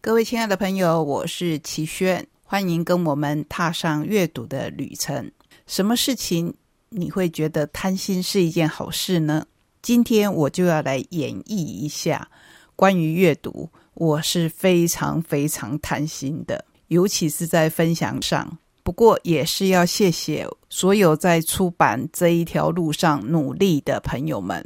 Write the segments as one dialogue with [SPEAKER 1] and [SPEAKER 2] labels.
[SPEAKER 1] 各位亲爱的朋友，我是齐轩，欢迎跟我们踏上阅读的旅程。什么事情你会觉得贪心是一件好事呢？今天我就要来演绎一下关于阅读，我是非常非常贪心的，尤其是在分享上。不过也是要谢谢所有在出版这一条路上努力的朋友们，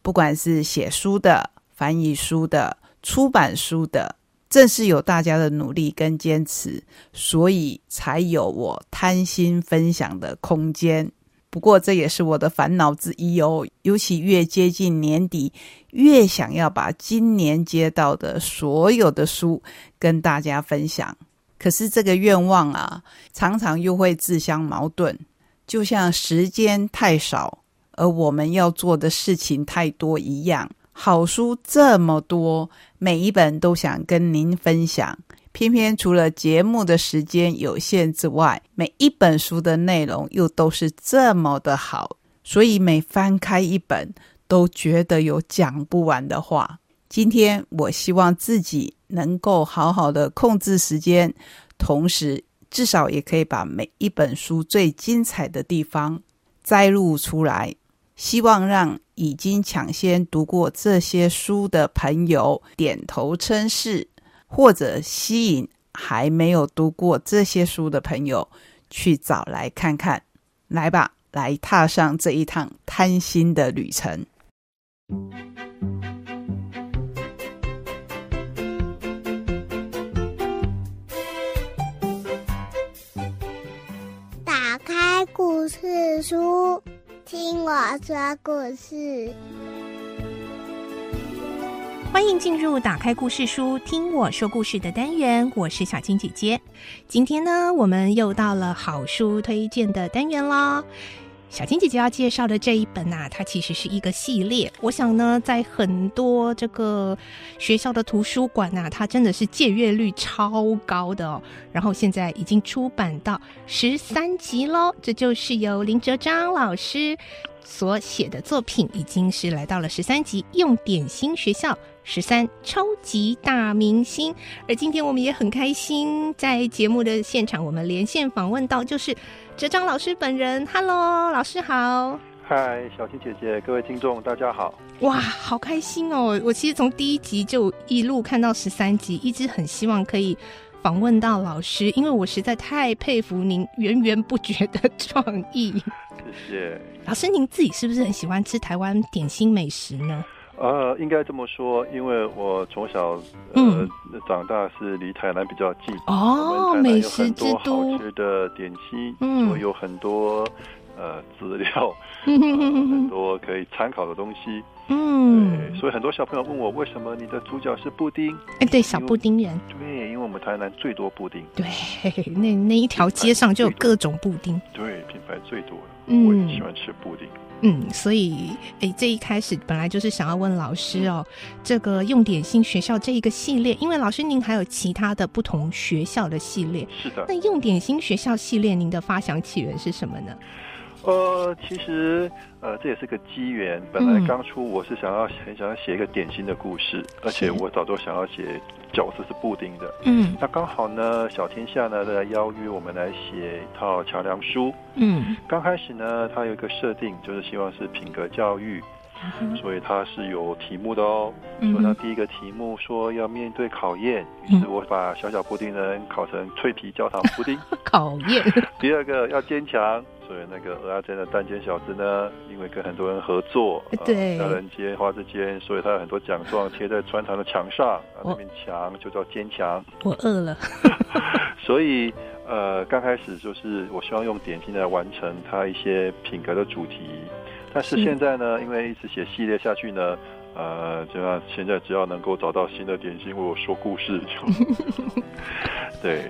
[SPEAKER 1] 不管是写书的、翻译书的、出版书的，正是有大家的努力跟坚持，所以才有我贪心分享的空间。不过这也是我的烦恼之一哦，尤其越接近年底，越想要把今年接到的所有的书跟大家分享。可是这个愿望啊，常常又会自相矛盾，就像时间太少，而我们要做的事情太多一样。好书这么多，每一本都想跟您分享，偏偏除了节目的时间有限之外，每一本书的内容又都是这么的好，所以每翻开一本，都觉得有讲不完的话。今天我希望自己能够好好的控制时间，同时至少也可以把每一本书最精彩的地方摘录出来，希望让已经抢先读过这些书的朋友点头称是，或者吸引还没有读过这些书的朋友去找来看看。来吧，来踏上这一趟贪心的旅程。
[SPEAKER 2] 打开故事书，听我说故事。
[SPEAKER 3] 欢迎进入打开故事书，听我说故事的单元，我是小金姐姐。今天呢，我们又到了好书推荐的单元啦。小金姐姐要介绍的这一本呐、它其实是一个系列。我想呢，在很多这个学校的图书馆呐、它真的是借阅率超高的哦。然后现在已经出版到十三集喽，这就是由林哲章老师所写的作品，已经是来到了十三集，用点心学校十三超级大明星。而今天我们也很开心，在节目的现场，我们连线访问到就是哲章老师本人。Hello，老师好。
[SPEAKER 4] 嗨，小青姐姐，各位听众，大家好。
[SPEAKER 3] 哇，好开心哦！我其实从第一集就一路看到十三集，一直很希望可以访问到老师，因为我实在太佩服您源源不绝的创 意。
[SPEAKER 4] 谢谢。
[SPEAKER 3] 老师，您自己是不是很喜欢吃台湾点心美食呢？
[SPEAKER 4] 呃，应该这么说，因为我从小呃、
[SPEAKER 3] 嗯
[SPEAKER 4] 长大是离台南比较近，
[SPEAKER 3] 哦
[SPEAKER 4] 我们台南
[SPEAKER 3] 美
[SPEAKER 4] 有
[SPEAKER 3] 食
[SPEAKER 4] 很
[SPEAKER 3] 之
[SPEAKER 4] 多
[SPEAKER 3] 都
[SPEAKER 4] 好吃的点心，
[SPEAKER 3] 嗯
[SPEAKER 4] 就有很多呃资料，呃 很
[SPEAKER 3] 嗯
[SPEAKER 4] 多可以参考的东西。对，
[SPEAKER 3] 嗯，
[SPEAKER 4] 所以很多小朋友问我，为什么你的主角是布丁？
[SPEAKER 3] 哎，对，小布丁人，
[SPEAKER 4] 对，因为我们台南最多布丁，
[SPEAKER 3] 对，那那一条街上就有各种布丁，
[SPEAKER 4] 对，品牌最多，我也
[SPEAKER 3] 嗯
[SPEAKER 4] 喜欢吃布丁。
[SPEAKER 3] 嗯，所以哎，这一开始本来就是想要问老师哦，这个用点心学校这一个系列，因为老师您还有其他的不同学校的系列，
[SPEAKER 4] 是的
[SPEAKER 3] 那，用点心学校系列您的发想起源是什么呢？
[SPEAKER 4] 呃，其实呃，这也是个机缘。本来
[SPEAKER 3] 嗯
[SPEAKER 4] 刚出我是想要很想要写一个典型的故事，而且我早就想要写饺子是布丁的。
[SPEAKER 3] 嗯
[SPEAKER 4] 那刚好呢，小天下呢来邀约我们来写一套桥梁书。
[SPEAKER 3] 嗯
[SPEAKER 4] 刚开始呢，它有一个设定，就是希望是品格教育，所以它是有题目的哦。
[SPEAKER 3] 嗯
[SPEAKER 4] 所以它
[SPEAKER 3] 哼
[SPEAKER 4] 第一个题目说要面对考验，
[SPEAKER 3] 嗯
[SPEAKER 4] 于是我把小小布丁人烤成脆皮焦糖布丁。
[SPEAKER 3] 考验，
[SPEAKER 4] 第二个要坚强，所以那个鹅阿珍的蛋煎小子呢，因为跟很多人合作，
[SPEAKER 3] 哎对
[SPEAKER 4] 家人街、花之间，所以他有很多奖状贴在穿堂的墙上，啊，
[SPEAKER 3] 哦
[SPEAKER 4] 那面墙就叫坚强。
[SPEAKER 3] 我饿了，
[SPEAKER 4] 所以，呃，刚开始就是我希望用点心来完成他一些品格的主题，但是
[SPEAKER 3] 是
[SPEAKER 4] 现在呢，因为一直写系列下去呢。呃，就像现在 只要能够找到新的点心为我说故事，就对，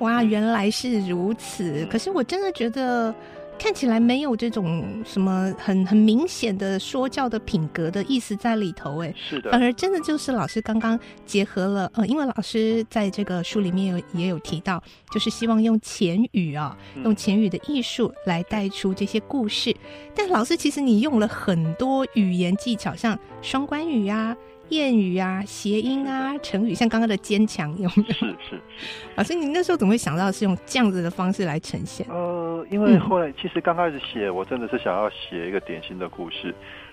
[SPEAKER 3] 哇，原来是如此。可是我真的觉得。看起来没有这种什么很很明显的说教的品格的意思在里头，哎，
[SPEAKER 4] 是的，
[SPEAKER 3] 反而真的就是老师刚刚结合了，呃，因为老师在这个书里面有也有提到，就是希望用钱语啊，
[SPEAKER 4] 嗯
[SPEAKER 3] 用钱语的艺术来带出这些故事。但老师其实你用了很多语言技巧，像双关语啊。谚语啊，谐音 啊，成语，像刚刚的坚强，有没有？
[SPEAKER 4] 是是。
[SPEAKER 3] 老师，你那时候怎么会想到是用这样子的方式来呈 现？
[SPEAKER 4] 呃，因为
[SPEAKER 3] 嗯
[SPEAKER 4] 后来其实刚开始写，我真的是想要写一个典型的故事，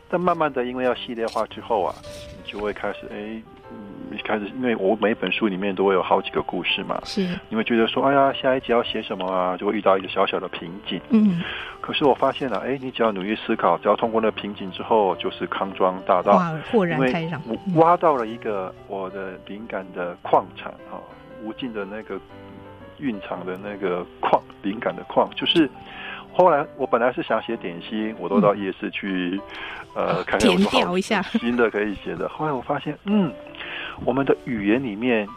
[SPEAKER 4] 但慢慢的因为要系列化之后啊，你就会开始哎，嗯，开始因为我每一本书里面都会有好几个故事嘛，
[SPEAKER 3] 是，
[SPEAKER 4] 你会觉得说，哎呀，下一集要写什么啊，就会遇到一个小小的瓶颈。
[SPEAKER 3] 嗯，
[SPEAKER 4] 可是我发现了、哎，你只要努力思考，只要通过那个瓶颈之后，就是康庄大道。
[SPEAKER 3] 哇，豁然
[SPEAKER 4] 啊因为
[SPEAKER 3] 开朗，
[SPEAKER 4] 我
[SPEAKER 3] 嗯
[SPEAKER 4] 挖到了一个我的灵感的矿场哈、无尽的那个蕴藏的那个矿，灵感的矿，就是后来我本来是想写点心，我都到夜 市去，呃，看看有什么
[SPEAKER 3] 填
[SPEAKER 4] 好
[SPEAKER 3] 掉一下
[SPEAKER 4] 新的可以写的。后来我发现，嗯，我们的语言里面。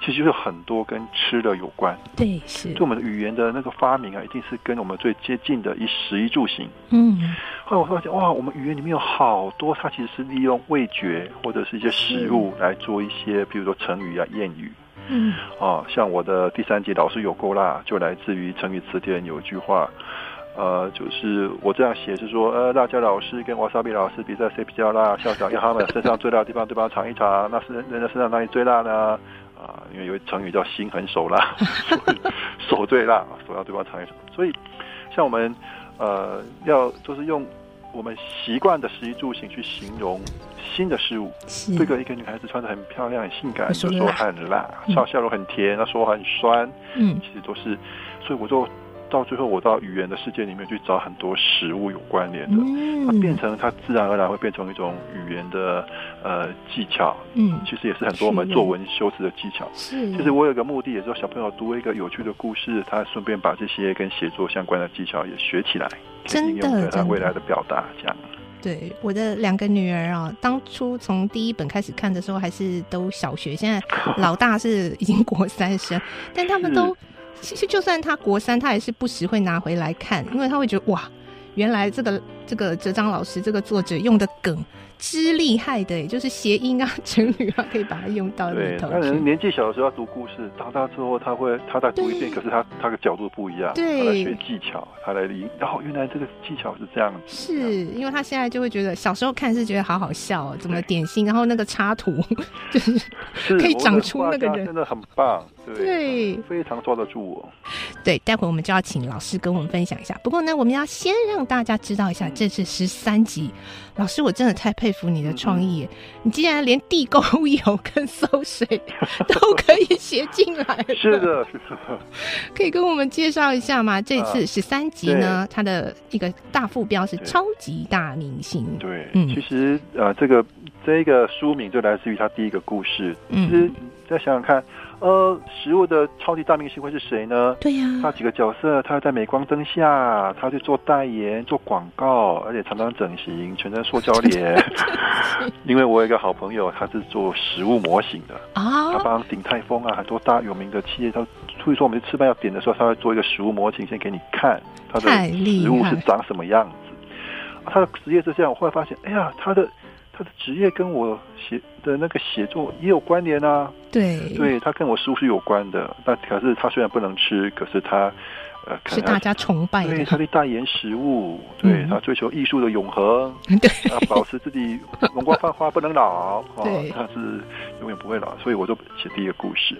[SPEAKER 4] 其实有很多跟吃的有关，
[SPEAKER 3] 对，是
[SPEAKER 4] 对，我们的语言的那个发明啊，一定是跟我们最接近的衣食衣住行。
[SPEAKER 3] 嗯，
[SPEAKER 4] 后来我发现，哇，我们语言里面有好多，它其实是利用味觉或者是一些食物来做一些，比如说成语啊、谚语
[SPEAKER 3] 嗯，
[SPEAKER 4] 啊。像我的第三集老师有够辣，就来自于成语词典有一句话，呃，就是我这样写是说，呃，辣椒老师跟瓦萨比老师比赛谁比较辣，校长要他们身上最辣的地方对方尝一尝，那是人家身上哪里最辣呢？啊，因为有一成语叫心狠手辣，所以手最辣，手要对方尝一尝。所以，像我们呃，要就是用我们习惯的食衣住行去形容新的事物。
[SPEAKER 3] 是
[SPEAKER 4] 这个一个女孩子穿的很漂亮、很性感，
[SPEAKER 3] 我
[SPEAKER 4] 就
[SPEAKER 3] 说
[SPEAKER 4] 说
[SPEAKER 3] 辣
[SPEAKER 4] 她很辣，
[SPEAKER 3] 嗯
[SPEAKER 4] 笑笑容很甜，她说话很酸，
[SPEAKER 3] 嗯，
[SPEAKER 4] 其实都是。所以我就到最后，我到语言的世界里面去找很多食物有关联的。它
[SPEAKER 3] 嗯，
[SPEAKER 4] 变成它自然而然会变成一种语言的呃技巧，
[SPEAKER 3] 嗯，
[SPEAKER 4] 其实也是很多我们
[SPEAKER 3] 是
[SPEAKER 4] 作文修辞的技巧。
[SPEAKER 3] 是，
[SPEAKER 4] 其实我有个目的，也就是小朋友读一个有趣的故事，他顺便把这些跟写作相关的技巧也学起来，可以
[SPEAKER 3] 真
[SPEAKER 4] 应
[SPEAKER 3] 的
[SPEAKER 4] 用在他
[SPEAKER 3] 真的
[SPEAKER 4] 未来的表达。这样，
[SPEAKER 3] 对我的两个女儿啊，当初从第一本开始看的时候还是都小学，现 在老大是已经国三生，但他们都其实就算他国三，他也是不时会拿回来看，因为他会觉得哇，原来这个这个哲章老师这个作者用的梗之厉害的耶，就是谐音啊、成语啊，可以把它用到
[SPEAKER 4] 对
[SPEAKER 3] 里，头
[SPEAKER 4] 那人
[SPEAKER 3] 去。
[SPEAKER 4] 年纪小的时候要读故事，长大之后他会他再读一遍，
[SPEAKER 3] 对
[SPEAKER 4] 可是他他的角度不一样，
[SPEAKER 3] 对
[SPEAKER 4] 他来学技巧，他来理，然后原来这个技巧是这样子，
[SPEAKER 3] 是因为他现在就会觉得小时候看是觉得好好笑、哦，怎么点心，然后那个插图就是
[SPEAKER 4] 是
[SPEAKER 3] 可以
[SPEAKER 4] 我的
[SPEAKER 3] 长出
[SPEAKER 4] 画
[SPEAKER 3] 那个
[SPEAKER 4] 家
[SPEAKER 3] 人
[SPEAKER 4] 真的很棒，对，
[SPEAKER 3] 对
[SPEAKER 4] 非常抓得住我。
[SPEAKER 3] 对，待会我们就要请老师跟我们分享一下。不过呢，我们要先让大家知道一下，这是十三集。老师，我真的太佩服你的创意耶，你竟然连地沟油跟馊 水都可以写进来了。
[SPEAKER 4] 是，的，是的，
[SPEAKER 3] 可以跟我们介绍一下吗？这次十三集呢，它的一个大副标是“
[SPEAKER 4] 啊对
[SPEAKER 3] 超级大明星
[SPEAKER 4] 对，
[SPEAKER 3] 嗯
[SPEAKER 4] 其实呃，这个这个书名就来自于他第一个故事。
[SPEAKER 3] 嗯
[SPEAKER 4] 其实再想想看，呃，食物的超级大明星会是谁呢”。？
[SPEAKER 3] 对呀、
[SPEAKER 4] 他几个角色，他在镁光灯下，他去做代言、做广告，而且常常整形，全身塑胶 脸。因为我有一个好朋友，他是做食物模型的，他
[SPEAKER 3] 啊，
[SPEAKER 4] 帮鼎泰丰啊，很多大有名的企业，他所以说我们去吃饭要点的时候，他会做一个食物模型先给你看，他的
[SPEAKER 3] 太厉
[SPEAKER 4] 食物
[SPEAKER 3] 害
[SPEAKER 4] 是长什么样子。啊他的职业是这样，我后来发现，哎呀，他的他的职业跟我写的那个写作也有关联啊。
[SPEAKER 3] 对，
[SPEAKER 4] 对，他跟我食物是有关的。那可是他虽然不能吃，可是他呃，可
[SPEAKER 3] 是
[SPEAKER 4] 能
[SPEAKER 3] 大
[SPEAKER 4] 他
[SPEAKER 3] 家崇拜
[SPEAKER 4] 对
[SPEAKER 3] 的。
[SPEAKER 4] 他对代言食物，对、
[SPEAKER 3] 嗯
[SPEAKER 4] 他追求艺术的 永恒，
[SPEAKER 3] 对，
[SPEAKER 4] 他保持自己容光焕发不 能老，哦
[SPEAKER 3] 对，
[SPEAKER 4] 他是永远不会老，所以我就写第一个故事。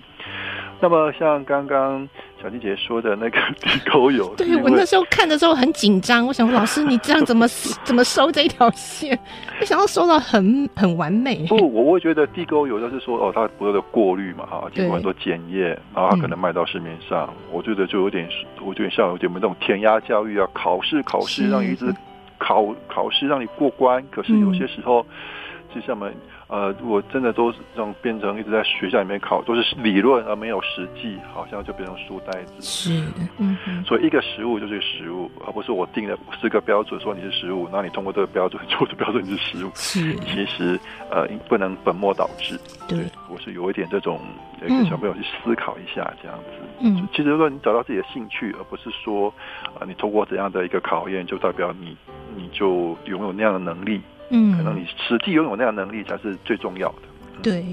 [SPEAKER 4] 那么像刚刚小金姐说的那个 地沟油，是
[SPEAKER 3] 对
[SPEAKER 4] 因
[SPEAKER 3] 我那
[SPEAKER 4] 为
[SPEAKER 3] 时候看的时候很紧张，我想说老师你这样 怎么怎么收这一条线？没想到收到很很完美。
[SPEAKER 4] 不，我会觉得地沟油就是说，哦，它不断的过滤嘛，哈，经过很多检验，然后它可
[SPEAKER 3] 嗯
[SPEAKER 4] 能卖到市面上，我觉得就有点，我觉得像有点那种填鸭教育啊，考试考试
[SPEAKER 3] 是嗯
[SPEAKER 4] 让你一直考考试让你过关，可是有些时候。这其实我们呃，如果真的都是这种变成一直在学校里面考，都是理论而没有实际，好像就变成书呆子。
[SPEAKER 3] 是，嗯哼，
[SPEAKER 4] 所以一个食物就是一个食物，而不是我定了四个标准说你是食物，那你通过这个标准就是标准你是食物。
[SPEAKER 3] 是，
[SPEAKER 4] 其实呃，不能本末倒置。
[SPEAKER 3] 对，
[SPEAKER 4] 我是有一点这种，呃
[SPEAKER 3] 嗯
[SPEAKER 4] 给小朋友去思考一下这样子。
[SPEAKER 3] 嗯，
[SPEAKER 4] 其实说你找到自己的兴趣，而不是说，呃，你通过怎样的一个考验，就代表你你就拥有那样的能力。
[SPEAKER 3] 嗯，
[SPEAKER 4] 可能你实际拥有那样的能力才是最重要的。
[SPEAKER 3] 对。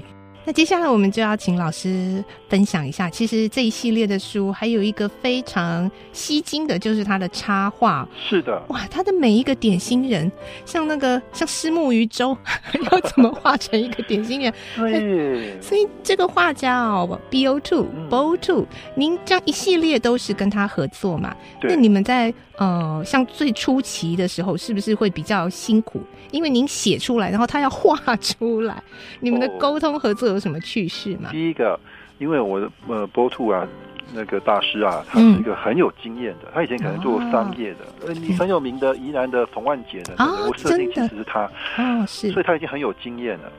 [SPEAKER 3] 那接下来我们就要请老师分享一下，其实这一系列的书还有一个非常吸睛的，就是它的插画。
[SPEAKER 4] 是的，
[SPEAKER 3] 哇，它的每一个点心人，像那个像石木鱼粥， 要怎么画成一个点心人？
[SPEAKER 4] 对
[SPEAKER 3] 所以这个画家哦，Bo Two
[SPEAKER 4] 嗯
[SPEAKER 3] Bo Two，您这样一系列都是跟他合作嘛？那
[SPEAKER 4] 对，
[SPEAKER 3] 你们在呃，像最初期的时候，是不是会比较辛苦？因为您写出来，然后他要画出 来，你们的
[SPEAKER 4] 哦
[SPEAKER 3] 沟通合作有什么趣事吗？
[SPEAKER 4] 第一个，因为我的呃波兔啊，那个大师啊，
[SPEAKER 3] 嗯
[SPEAKER 4] 他是一个很有经验的，他以前可能做
[SPEAKER 3] 啊
[SPEAKER 4] 商业的，呃，你很有名的宜兰的童万杰的那
[SPEAKER 3] 啊
[SPEAKER 4] 个人物设定其
[SPEAKER 3] 真的
[SPEAKER 4] 实是他，
[SPEAKER 3] 哦，是
[SPEAKER 4] 所以他已经很有经验了。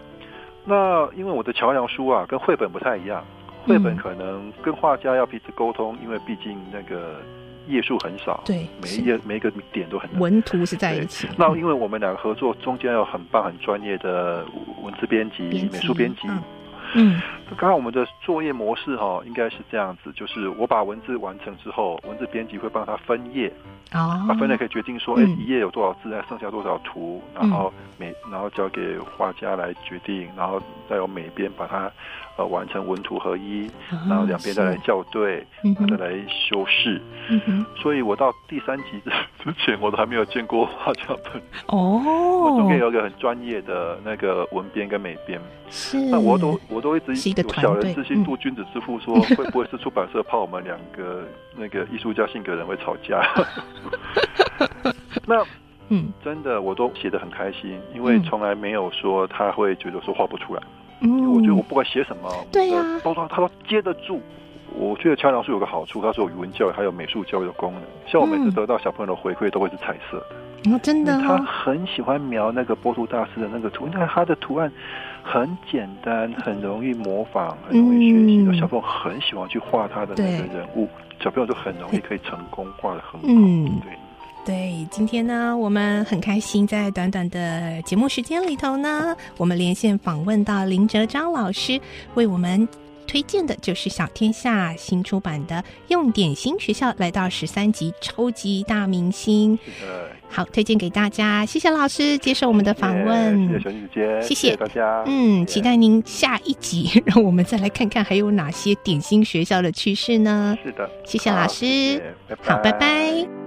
[SPEAKER 4] 那因为我的桥梁书啊，跟绘本不太一样，绘本
[SPEAKER 3] 嗯
[SPEAKER 4] 可能跟画家要彼此沟通，因为毕竟那个页数很少，
[SPEAKER 3] 对，
[SPEAKER 4] 每一
[SPEAKER 3] 是
[SPEAKER 4] 页每一个点都很难
[SPEAKER 3] 文图是在一起。嗯
[SPEAKER 4] 那因为我们两个合作，中间有很棒、很专业的文字编辑、
[SPEAKER 3] 编辑
[SPEAKER 4] 美术编辑。
[SPEAKER 3] 嗯嗯
[SPEAKER 4] 刚刚我们的作业模式哈、哦，应该是这样子，就是我把文字完成之后，文字编辑会帮他分页，
[SPEAKER 3] 哦
[SPEAKER 4] 那、，分类可以决定说，哎、
[SPEAKER 3] 嗯
[SPEAKER 4] 一页有多少字，剩下多少图，然后每然后交给画家来决定，然后再由美编把它呃完成文图合一，
[SPEAKER 3] 啊
[SPEAKER 4] 然后两边再来
[SPEAKER 3] 是
[SPEAKER 4] 校对，
[SPEAKER 3] 嗯
[SPEAKER 4] 然后
[SPEAKER 3] 哼
[SPEAKER 4] 再来修饰。
[SPEAKER 3] 嗯哼
[SPEAKER 4] 所以我到第三集之之前，我都还没有见过画家本我中间
[SPEAKER 3] 哦，
[SPEAKER 4] 有一个很专业的那个文编跟美编，
[SPEAKER 3] 是
[SPEAKER 4] 那我都我都一直
[SPEAKER 3] 嗯是一个
[SPEAKER 4] 有
[SPEAKER 3] 团
[SPEAKER 4] 小人
[SPEAKER 3] 队
[SPEAKER 4] 之心
[SPEAKER 3] 嗯
[SPEAKER 4] 度君子之腹，说会不会是出版社怕我们两个那个艺术家性格人会吵架？ 那
[SPEAKER 3] 嗯
[SPEAKER 4] 真的我都写得很开心，因为
[SPEAKER 3] 嗯
[SPEAKER 4] 从来没有说他会觉得说画不出来，因为
[SPEAKER 3] 嗯，
[SPEAKER 4] 我觉得我不管写什么，
[SPEAKER 3] 对呀
[SPEAKER 4] 包装他都接得住。我觉得桥梁书有个好处，它是有语文教育还有美术教育的功能。像我每次
[SPEAKER 3] 嗯
[SPEAKER 4] 得到小朋友的回馈，都会是彩色的。
[SPEAKER 3] 哦真的
[SPEAKER 4] 嗯他
[SPEAKER 3] 哦，
[SPEAKER 4] 很喜欢描那个波图大师的那个图，因为他的图案很简单，很容易模仿，很容易学习。
[SPEAKER 3] 嗯
[SPEAKER 4] 小朋友很喜欢去画他的那个人物，小朋友就很容易可以成功画的很好。
[SPEAKER 3] 嗯
[SPEAKER 4] 对，
[SPEAKER 3] 对，今天呢，我们很开心，在短短的节目时间里头呢，我们连线访问到林哲章老师，为我们推荐的就是小天下新出版的《用点心学校来到十三级超级大明星》，
[SPEAKER 4] 呃，
[SPEAKER 3] 好，推荐给大家。谢谢老师接受我们的访问，
[SPEAKER 4] 谢谢小姐姐，
[SPEAKER 3] 谢谢
[SPEAKER 4] 谢大家，
[SPEAKER 3] 嗯，
[SPEAKER 4] 谢谢
[SPEAKER 3] 期待您下一集，让我们再来看看还有哪些点心学校的趣事呢？
[SPEAKER 4] 是的，
[SPEAKER 3] 谢谢老
[SPEAKER 4] 好
[SPEAKER 3] 师
[SPEAKER 4] 谢谢拜拜
[SPEAKER 3] 好，拜拜。